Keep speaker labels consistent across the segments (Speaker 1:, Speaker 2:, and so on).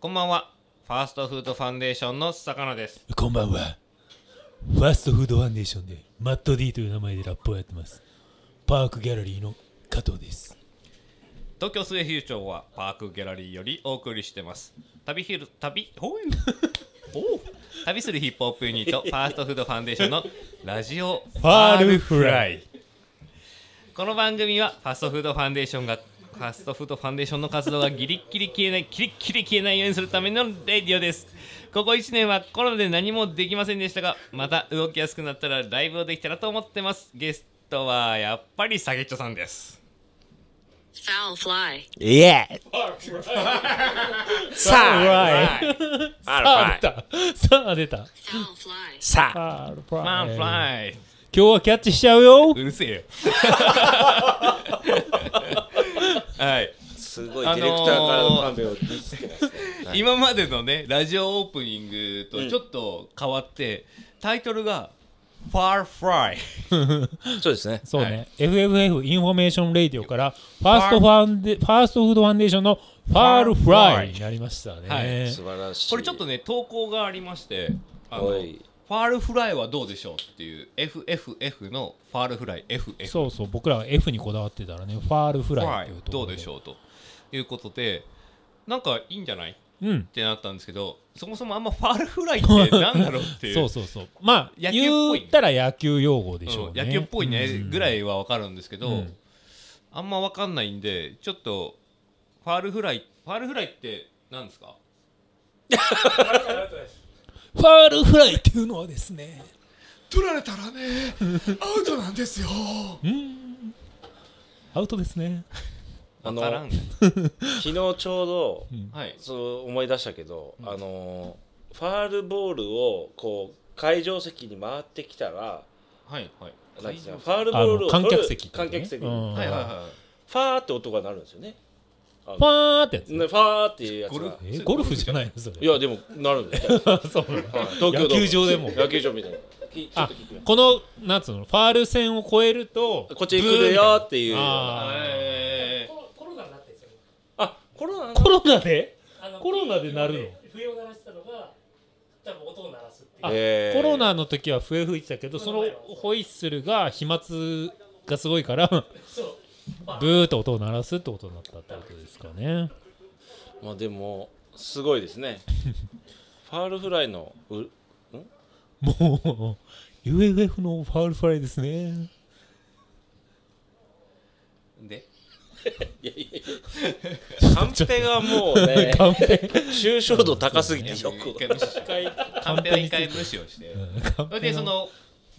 Speaker 1: こんばんは。ファーストフードファンデーションの須坂野です。
Speaker 2: こんばんは。ファーストフードファンデーションでマット D という名前でラップをやってます。パークギャラリーの加藤です。
Speaker 1: 東京末広町はパークギャラリーよりお送りしてます。旅ヒル旅ほいおう旅するヒップホップユニットファーストフードファンデーションのラジオフ
Speaker 2: ァールフライ。
Speaker 1: この番組はファストフードファンデーションがファストフードファンデーションの活動がギリッギリ消えないキリッキリ消えないようにするためのレディオですここ1年はコロナで何もできませんでしたがまた動きやすくなったらライブをできたらと思ってますゲストはやっぱりサゲッチョさんです
Speaker 3: Foul fly.
Speaker 4: Yeah! さあ
Speaker 2: さあ出たさあ出た
Speaker 3: Foul fly.
Speaker 4: さあ
Speaker 2: パールフ
Speaker 1: マンフ
Speaker 2: ライ
Speaker 1: ライ
Speaker 2: 今日はキャッチしちゃうよ
Speaker 1: うるせえよはい
Speaker 4: すごい
Speaker 1: ディレクターからのカン
Speaker 4: ベを
Speaker 1: 今までのねラジオオープニングとちょっと変わって、タイトルが「Far Fry」
Speaker 4: そうですね。
Speaker 2: そう
Speaker 1: は
Speaker 2: ね、FFF インフォメーションレイディオからファーストファンデファーストフードファンデーションのファールフライになりましたね、
Speaker 1: はい
Speaker 4: 素晴らしい。
Speaker 1: これちょっとね投稿がありまして「あの
Speaker 4: お
Speaker 1: フ
Speaker 4: い
Speaker 1: ァールフライはどうでしょう?」っていう FFF の「ファールフライ FF」
Speaker 2: そうそう僕らは F にこだわってたらねファールフ
Speaker 1: フ
Speaker 2: ラ
Speaker 1: ラ
Speaker 2: イっていう
Speaker 1: イ
Speaker 2: とこ
Speaker 1: ど
Speaker 2: ろ
Speaker 1: うでしょうということでなんかいいんじゃないっ
Speaker 2: ううん
Speaker 1: てなったんですけどそもそもあんまファールフライってなんだろうっていう
Speaker 2: そうそうそうまあ
Speaker 1: 野球っぽい
Speaker 2: 言ったら野球用語でしょう
Speaker 1: うん
Speaker 2: ね、
Speaker 1: 野球っぽいねぐら
Speaker 2: い
Speaker 1: いは分かるんですけど、
Speaker 2: うん
Speaker 1: あんま分かんないんでちょっとファールフライファールフライって何ですか
Speaker 2: ファールフライっていうのはですね
Speaker 1: 取られたら ねアウトなんですよ
Speaker 2: アウトですね
Speaker 4: あ
Speaker 1: 分
Speaker 4: の
Speaker 1: からん
Speaker 4: 昨日ちょうど、
Speaker 1: はい
Speaker 4: そう思い出したけど、あのーファールボールをこう会場席に回ってきたら、
Speaker 1: はいはい
Speaker 4: なんていうの
Speaker 1: は
Speaker 4: ファールボールを取る
Speaker 2: あの観客席ってことね
Speaker 4: 観客席、
Speaker 2: うん
Speaker 1: いはいは
Speaker 4: ファーって音が鳴るんですよね。あの
Speaker 2: ファーってやつ
Speaker 4: ねファーっていうやつ
Speaker 1: ゴル
Speaker 4: が
Speaker 1: フ。
Speaker 2: えゴルフじゃないのそれ
Speaker 4: いやでもなるんですよ。
Speaker 2: そう
Speaker 4: はい東京ド
Speaker 2: 野
Speaker 4: ーム
Speaker 2: 球場でも
Speaker 4: 野球場みたいな。きちょっ
Speaker 2: あ
Speaker 4: と聞いてみよ
Speaker 2: このなんつうのファール線を越えると
Speaker 4: うこっち行くでよっていう
Speaker 2: ブー
Speaker 4: よう
Speaker 2: みたい
Speaker 1: い
Speaker 2: な
Speaker 4: な。
Speaker 2: あ
Speaker 1: え
Speaker 5: コロナになってるんですよ。
Speaker 4: あコロナな
Speaker 2: ー
Speaker 4: んだ
Speaker 2: コロナで
Speaker 5: あの
Speaker 2: コロナで鳴るの
Speaker 5: 笛を鳴らしたのが、多分音を鳴らすっていう。
Speaker 2: あ
Speaker 4: へー
Speaker 2: コロナの時は笛吹いてたけどそのホイッスルが飛沫がすごいから
Speaker 5: そう。
Speaker 2: ブーって音を鳴らすってことになったってことですかね
Speaker 4: まあでもすごいですねファールフライのう
Speaker 2: もう UFF のファールフライですね
Speaker 1: で
Speaker 4: カンペがもうね
Speaker 2: カンペ
Speaker 4: 抽象度高すぎて
Speaker 1: い
Speaker 4: よ
Speaker 1: や
Speaker 4: く
Speaker 1: 一回無視しカンペは一回無視をして
Speaker 2: カン
Speaker 1: それ
Speaker 2: ペ
Speaker 1: で
Speaker 2: の
Speaker 1: その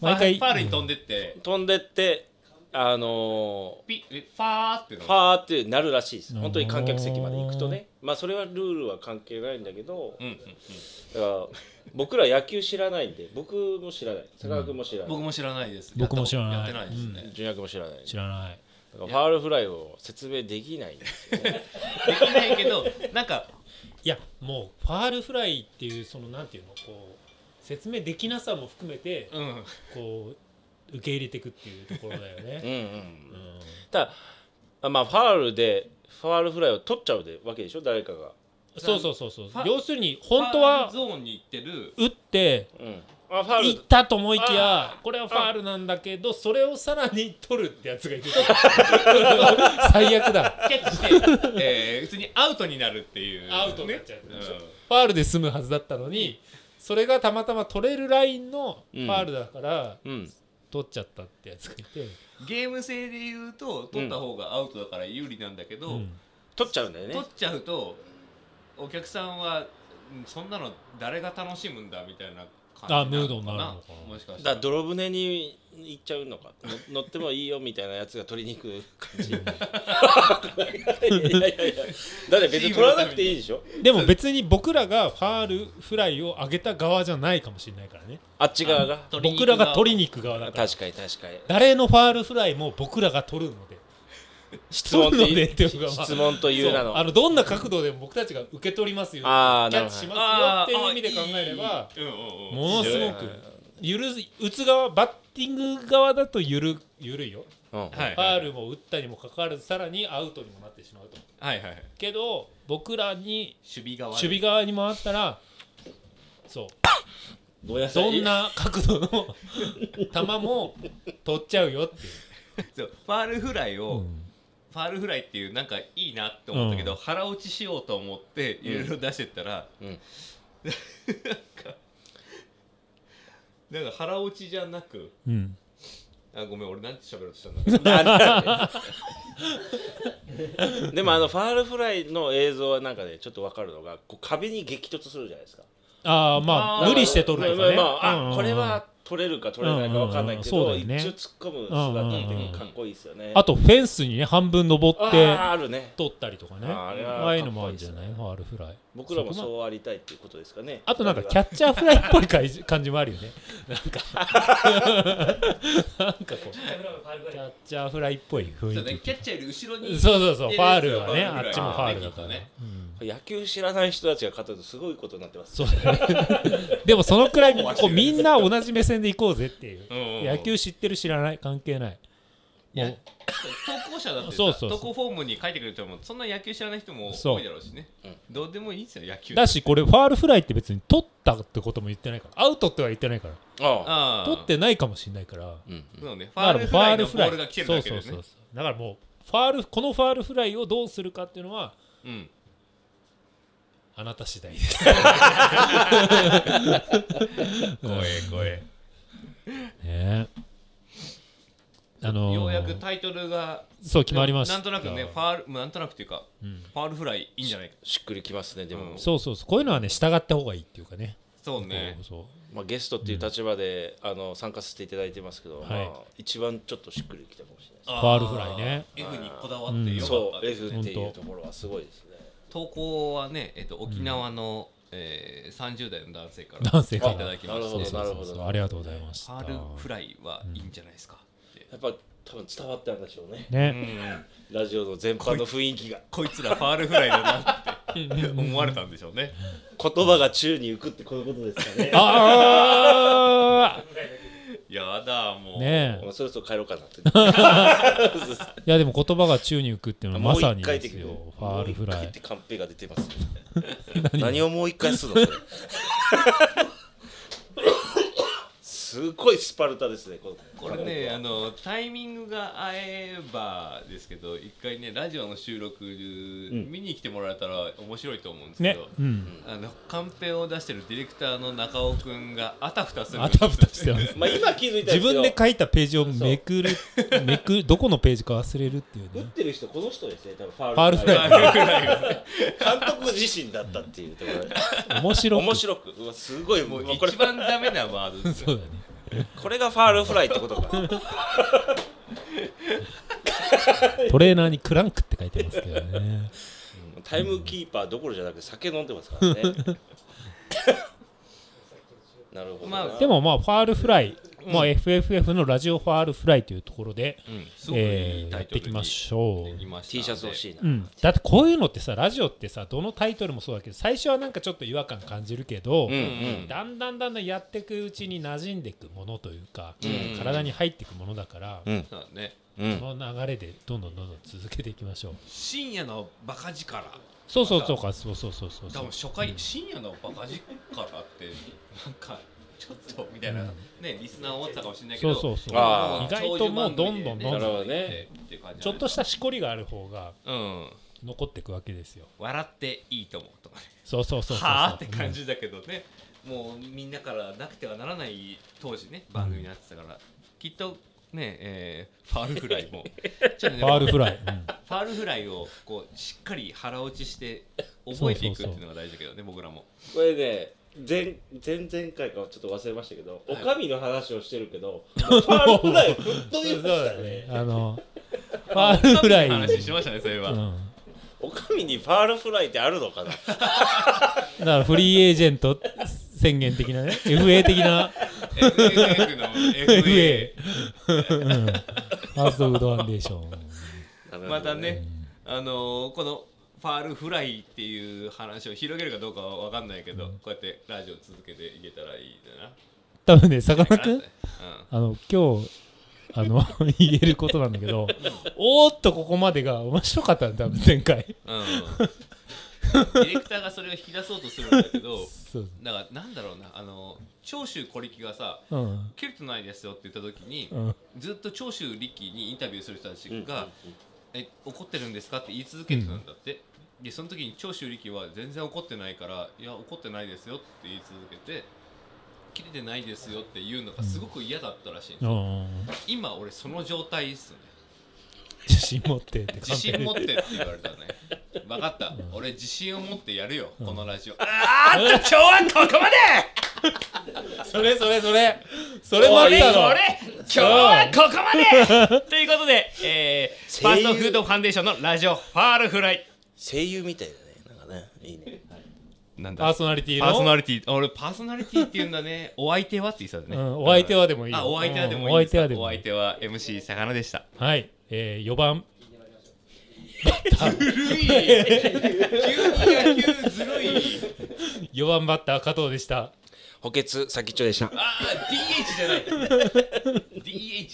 Speaker 1: ファ
Speaker 2: 毎回
Speaker 1: ファールに飛んでって
Speaker 4: 飛んでってあの
Speaker 1: ピえファーって
Speaker 4: ー、
Speaker 1: の
Speaker 4: ファーってなるらしいです本当に観客席まで行くとねまあそれはルールは関係ないんだけど
Speaker 1: うんうんうん
Speaker 4: だから僕ら野球知らないんで僕も知らない坂川君も知らない、
Speaker 1: 僕も知らないです
Speaker 2: 僕も知らない
Speaker 1: やったやってないですね
Speaker 4: 純也君も知らないだか
Speaker 2: 知らない
Speaker 4: らファールフライを説明できないんです
Speaker 1: できないけどなんか
Speaker 2: いやもうファールフライっていうそのなんていうのこう説明できなさも含めて
Speaker 1: うん
Speaker 2: こう受け入れていくっていうところだよ
Speaker 4: う
Speaker 2: ね
Speaker 4: ん うん
Speaker 2: うん
Speaker 4: ただあまあファールでファールフライを取っちゃうでわけでしょ誰かが、
Speaker 2: そうそうそうそう
Speaker 1: ファ
Speaker 2: 要するに本当は
Speaker 1: ファウルゾーンに行ってる
Speaker 2: 打って
Speaker 4: うん、あファ
Speaker 2: いっ
Speaker 4: ー
Speaker 2: たと思いき
Speaker 4: あ
Speaker 2: やこれはファールなんだけどそれをさらに取るってやつがいる最悪だ
Speaker 1: キャッチして、えー、普通にアウトになるっていう
Speaker 2: アウトになっちゃう
Speaker 1: ね
Speaker 2: ファールで済むはずだったのにそれがたまたま取れるラインのファールだから
Speaker 4: ル、うん、
Speaker 2: 取っちゃったってやつがいて、
Speaker 1: うんゲーム性で言うと取った方がアウトだから有利なんだけど、
Speaker 2: うん
Speaker 4: 取っちゃうんだよね
Speaker 1: 取っちゃうとお客さんはうんそんなの誰が楽しむんだみたいな感じ
Speaker 2: あムードになるのかな
Speaker 1: もしかした
Speaker 4: だ
Speaker 1: ら
Speaker 4: 泥船に行っちゃうのかの 乗ってもいいよみたいなやつが取りに行く 感じいやいやいやいやだって別に取らなくていいでしょ
Speaker 2: でも別に僕らがファールフライを上げた側じゃないかもしれないからね
Speaker 4: あっち側が
Speaker 1: 取りに行
Speaker 2: 僕
Speaker 1: く側
Speaker 2: らが取りに行く側だ
Speaker 4: 確
Speaker 2: から
Speaker 4: かに確 かに
Speaker 2: 誰のファールフライも僕らが取るので
Speaker 4: 質問と
Speaker 2: 取るの
Speaker 4: い
Speaker 2: でっていううかまあ
Speaker 4: 質問という名
Speaker 2: そうあ
Speaker 4: の
Speaker 2: のどんな角度でも僕たちが受け取りますよキャ
Speaker 4: あーなる
Speaker 2: ッ
Speaker 4: ほ
Speaker 2: チ
Speaker 4: ど
Speaker 2: しま
Speaker 1: あ
Speaker 2: すよっていう意味で考えれば
Speaker 1: ーあいいうんうんうん
Speaker 2: ものすごく許す打つ側バッティング側だとゆるゆるいよ
Speaker 4: うんうん
Speaker 1: はい
Speaker 5: ファールも打ったにもかかわらずさらにアウトにもなってしまうと
Speaker 1: はいはいはい
Speaker 5: けど僕らに
Speaker 1: 守備側
Speaker 5: 守備側に回ったらそう
Speaker 4: ごめんなさ
Speaker 5: ど
Speaker 4: い
Speaker 5: んな角度の球も取っちゃうよっていう
Speaker 1: そうファールフライを、
Speaker 5: うん
Speaker 1: ファールフライっていうなんかいいなって思ったけど、
Speaker 5: うん
Speaker 1: 腹落ちしようと思っていろいろ出してったら、
Speaker 4: うん
Speaker 1: なんかなんか腹落ちじゃなく
Speaker 5: うん
Speaker 1: あごめん俺なんて喋ろうとしたん だろう
Speaker 4: でもあのファールフライの映像はなんかねちょっとわかるのがこう壁に激突するじゃないですか
Speaker 5: ああま
Speaker 1: あ
Speaker 5: あ
Speaker 1: ー
Speaker 5: 無理して取るとかね
Speaker 4: まあまああ
Speaker 5: うん
Speaker 4: これは取れるか取れないかわかんないけ
Speaker 5: うんうん
Speaker 4: ど
Speaker 5: うんそうだよね
Speaker 4: 一応突っ込む姿ってかっこいいですよね
Speaker 5: あとフェンスにね半分登
Speaker 4: あ
Speaker 5: って
Speaker 4: ーあるね
Speaker 5: 取ったりとかね
Speaker 4: あーあれは
Speaker 5: ああいうのもあるんじゃ
Speaker 4: かっこ
Speaker 5: ない
Speaker 4: い
Speaker 5: い
Speaker 4: です
Speaker 5: ファールフライ
Speaker 4: 僕らも
Speaker 5: そこま
Speaker 4: そうありたいっていうことですかね
Speaker 5: あとなんか
Speaker 4: 二
Speaker 5: キ
Speaker 4: 人は
Speaker 5: ャッチャーフライっぽい感じ感じもあるよねなんかなんかこう
Speaker 2: ファウルファウルファウ
Speaker 5: キャ
Speaker 2: ル
Speaker 5: ッチャーフライっぽい雰
Speaker 1: そうだね
Speaker 5: 囲
Speaker 1: キャッチャーより後ろ
Speaker 5: 気
Speaker 1: に
Speaker 5: そうそうそうファールはね
Speaker 1: ファウ
Speaker 5: あ
Speaker 1: ルフラ
Speaker 5: っ
Speaker 1: イ
Speaker 5: ちもファールだから
Speaker 1: あーね
Speaker 5: ね、うん
Speaker 4: 野球知らない人たちが勝つとすごいことになってます
Speaker 5: そうだねでもそのくらいこうみんな同じ目線で行こうぜっていう
Speaker 1: うんうんうん
Speaker 5: 野球知ってる知らない関係ない
Speaker 1: いや
Speaker 5: もう
Speaker 1: 投稿者だってさ
Speaker 5: そうそうそ
Speaker 1: 投
Speaker 5: う
Speaker 1: 稿フォームに書いてくれる人もそんな野球知らない人も
Speaker 5: そう
Speaker 1: 多いだろうしね、
Speaker 4: うん
Speaker 1: どうでもいいですよ野球
Speaker 5: だしこれファールフライって別に取ったってことも言ってないからアウトっては言ってないから
Speaker 4: あ
Speaker 1: あ
Speaker 4: あ
Speaker 1: あ
Speaker 5: 取ってないかもしれないから
Speaker 4: うんうん
Speaker 1: そうねフ
Speaker 5: だか
Speaker 1: ァ
Speaker 5: ら
Speaker 1: ー
Speaker 5: も
Speaker 1: ル
Speaker 5: う
Speaker 1: フライのボールが来てるだけでね
Speaker 5: そうそうそうそうだからもうファールこのファールフライをどうするかっていうのは
Speaker 1: うん
Speaker 5: あなた次第です。
Speaker 1: 怖え怖え
Speaker 5: ねあのー
Speaker 1: ようやくタイトルが
Speaker 5: そう決まりました。
Speaker 1: なんとなくねファールなんとなくっていうか、
Speaker 5: うん
Speaker 1: ファールフライいいんじゃないか
Speaker 4: しっくりきますねでも
Speaker 1: うん
Speaker 5: そうそうそうこういうのはね従った方がいいっていうかね。
Speaker 1: そうね
Speaker 5: こうそ
Speaker 4: まあ、ゲストっていう立場で、あの参加させていただいてますけど、
Speaker 5: はい
Speaker 4: まあ、一番ちょっとしっくりきたかもしれないで
Speaker 1: フ
Speaker 4: す
Speaker 5: ァールフライね
Speaker 1: F にこだわってよか
Speaker 4: そ
Speaker 1: った
Speaker 4: う
Speaker 1: です
Speaker 4: F
Speaker 1: ね、
Speaker 4: っていうところはすごいですね
Speaker 1: 投稿はね、えっと、沖縄の、えー、30代の男性から
Speaker 5: 男性から
Speaker 1: いただきま
Speaker 4: な
Speaker 1: し
Speaker 4: るほ
Speaker 1: て
Speaker 4: ど
Speaker 5: うそうそう
Speaker 4: なるほ
Speaker 5: そう
Speaker 4: ど
Speaker 5: ありがとうございまし
Speaker 1: フ
Speaker 5: た。
Speaker 1: ァールフライはいいんじゃないですかって、
Speaker 4: やっぱ多分伝わったんでしょうね
Speaker 1: う
Speaker 5: ね。
Speaker 1: ん、
Speaker 4: ラジオの全般の雰囲気が
Speaker 1: こいつらファールフライだなって思われたんでしょうね
Speaker 4: 言葉が宙に浮くってこういうことですかね
Speaker 5: ああ
Speaker 1: やだもう
Speaker 5: ね
Speaker 4: まあそろそろ帰ろうかな って
Speaker 5: えいやでも言葉が宙に浮くっていうのはまさ
Speaker 4: もう
Speaker 5: に
Speaker 4: 一回
Speaker 5: で
Speaker 4: 的
Speaker 5: す
Speaker 4: に
Speaker 5: よファールフラ
Speaker 4: もう一回っ
Speaker 5: イ
Speaker 4: てカンペが出てます、ね、何をもう一回するのそれすごいスパルタですねこの
Speaker 1: これねあのタイミングが合えばですけど一回ねラジオの収録見に来てもらえたら面白いと思うんですけ
Speaker 5: ね
Speaker 1: ど、
Speaker 5: うん
Speaker 1: あのカンペを出してるディレクターの中尾くんがあたふたする
Speaker 5: あたふた してます。
Speaker 4: まあ今気づいたんです
Speaker 5: 自
Speaker 4: けど
Speaker 5: 分で書いたページをめくるめくるどこのページか忘れるっていう
Speaker 4: 打っ
Speaker 5: ね。
Speaker 4: てる人この人ですね多分ファ
Speaker 5: ファ
Speaker 4: ー
Speaker 5: ー
Speaker 4: ル
Speaker 5: ル
Speaker 4: フ
Speaker 5: フ
Speaker 4: ライ
Speaker 5: ライ
Speaker 4: 監督自身だったっていうところで
Speaker 5: 面白く
Speaker 4: 面白くうわすごいも
Speaker 1: も
Speaker 4: う
Speaker 1: う
Speaker 4: これ
Speaker 1: 一番ダメなワードです
Speaker 5: そう
Speaker 1: よ
Speaker 5: だね。
Speaker 4: これがファールフライってことか
Speaker 5: トレーナーにクランクって書いてますけどね。
Speaker 4: タイムキーパーどころじゃなくて酒飲んでますから ねなるほどな、
Speaker 1: まあ
Speaker 5: でもまあ、ファールフライ、まあ FFF のラジオファールフライというところで、
Speaker 1: うんすごくい
Speaker 5: え
Speaker 1: い
Speaker 5: ー
Speaker 1: タ
Speaker 5: やっ
Speaker 1: イトル
Speaker 5: てい
Speaker 1: に
Speaker 5: きましょ
Speaker 1: でき
Speaker 5: う。
Speaker 1: ました
Speaker 4: T シャツ欲しいな、
Speaker 5: うん、だってこういうのってさラジオってさどのタイトルもそうだけど最初はなんかちょっと違和感感じるけど、
Speaker 4: うん
Speaker 5: だんだんだんだんやっていくうちに馴染んでいくものというか、
Speaker 1: うん
Speaker 5: 体に入っていくものだから、
Speaker 4: うん
Speaker 1: そうだね
Speaker 4: うんうん
Speaker 5: その流れでどんどんどんどん続けていきましょう
Speaker 1: 深夜のバカ力
Speaker 5: そうそうそうかそうそうそうそう
Speaker 1: 多
Speaker 5: そう
Speaker 1: 分初回深夜のバカ力ってなんかちょっとみたいな、
Speaker 5: うん
Speaker 1: ねリスナー思ってたかもしれないけど
Speaker 5: そうそうそう
Speaker 1: も
Speaker 4: あ
Speaker 5: ー意外ともうどんどんど
Speaker 1: 長寿番組でね
Speaker 5: んどん
Speaker 4: なるほどね
Speaker 1: っていう感じ
Speaker 5: ちょっとしたしこりがある方が
Speaker 1: うん
Speaker 5: 残っていくわけですよ
Speaker 1: 笑っていいと思うとかね
Speaker 5: そうそうそうそうそう
Speaker 1: はあって感じだけどね、もうみんなからなくてはならない当時ね番組になってたから、きっとね、えーファールフライ もちょっとね
Speaker 5: うんファールフライ、うん
Speaker 1: ファールフライをこうしっかり腹落ちして覚えていくっていうのが大事だけどね僕らも
Speaker 4: これね前前々回かちょっと忘れましたけど、おかみの話をしてるけ ど、ファールフライ吹っ飛び
Speaker 5: そ
Speaker 4: ま
Speaker 5: う
Speaker 4: した
Speaker 5: だね
Speaker 4: ね。
Speaker 5: あのファールフライ
Speaker 1: おかみの話しましたねそれは、
Speaker 5: う
Speaker 1: うん
Speaker 5: ん、
Speaker 4: おかみにファールフライってあるのかな
Speaker 5: だからフリーエージェント宣言的なね FA 的な
Speaker 1: FA の
Speaker 5: FA
Speaker 1: FA
Speaker 5: うんファーストフードファンデーション
Speaker 1: またね、あのーこのファールフライっていう話を広げるかどうかは分かんないけど、こうやってラジオ続けていけたらいいんだな
Speaker 5: 多分ねさかなクン
Speaker 1: うん
Speaker 5: あの今日あの 言えることなんだけどおーっとここまでが面白かったんだ多分前回
Speaker 1: うんディレクターがそれを引き出そうとするんだけど
Speaker 5: そう
Speaker 1: だからなんだろうなあの長州小力がさ
Speaker 5: うん
Speaker 1: 「ケルトないですよ」って言った時に、
Speaker 5: うん
Speaker 1: ずっと長州力にインタビューする人たち
Speaker 4: うん
Speaker 1: が「え怒ってるんですか?」って言い続けてたんだって、でその時に長州力は全然怒ってないから「いや怒ってないですよ」って言い続けて「切れてないですよ」って言うのがすごく嫌だったらしいんです
Speaker 5: う
Speaker 1: よ、
Speaker 5: ん
Speaker 1: 今俺その状態っすね
Speaker 5: 自信持ってって
Speaker 1: 自信持ってって言われたね分かった俺自信を持ってやるよこのラジオ、あーっと今日はここまで
Speaker 5: それそれそれそれもあっ
Speaker 1: これ
Speaker 5: たの
Speaker 1: 今日はここまでということで、えー、ファ
Speaker 4: 声
Speaker 1: ースト
Speaker 4: 優
Speaker 1: フードファンデーションのラジオファールフライ
Speaker 4: 声優みたいだねなんかねいいね
Speaker 1: なん
Speaker 5: パーソナリティの
Speaker 1: パーソナリティ俺パーソナリティって言うんだね お相手はって言ってたね、
Speaker 5: うんお相手はでもいいよ
Speaker 1: あお相手はでもいい
Speaker 5: うんお
Speaker 1: で
Speaker 5: 相
Speaker 1: す
Speaker 5: 手
Speaker 1: か
Speaker 5: はでも
Speaker 1: お
Speaker 5: いい
Speaker 1: 相手は MC 魚で した
Speaker 5: はい、えー、4番
Speaker 1: ず るい急に野球ずるい
Speaker 5: 4番バッター加藤でした
Speaker 4: 補欠先っちょでした
Speaker 1: あー DH じゃない DH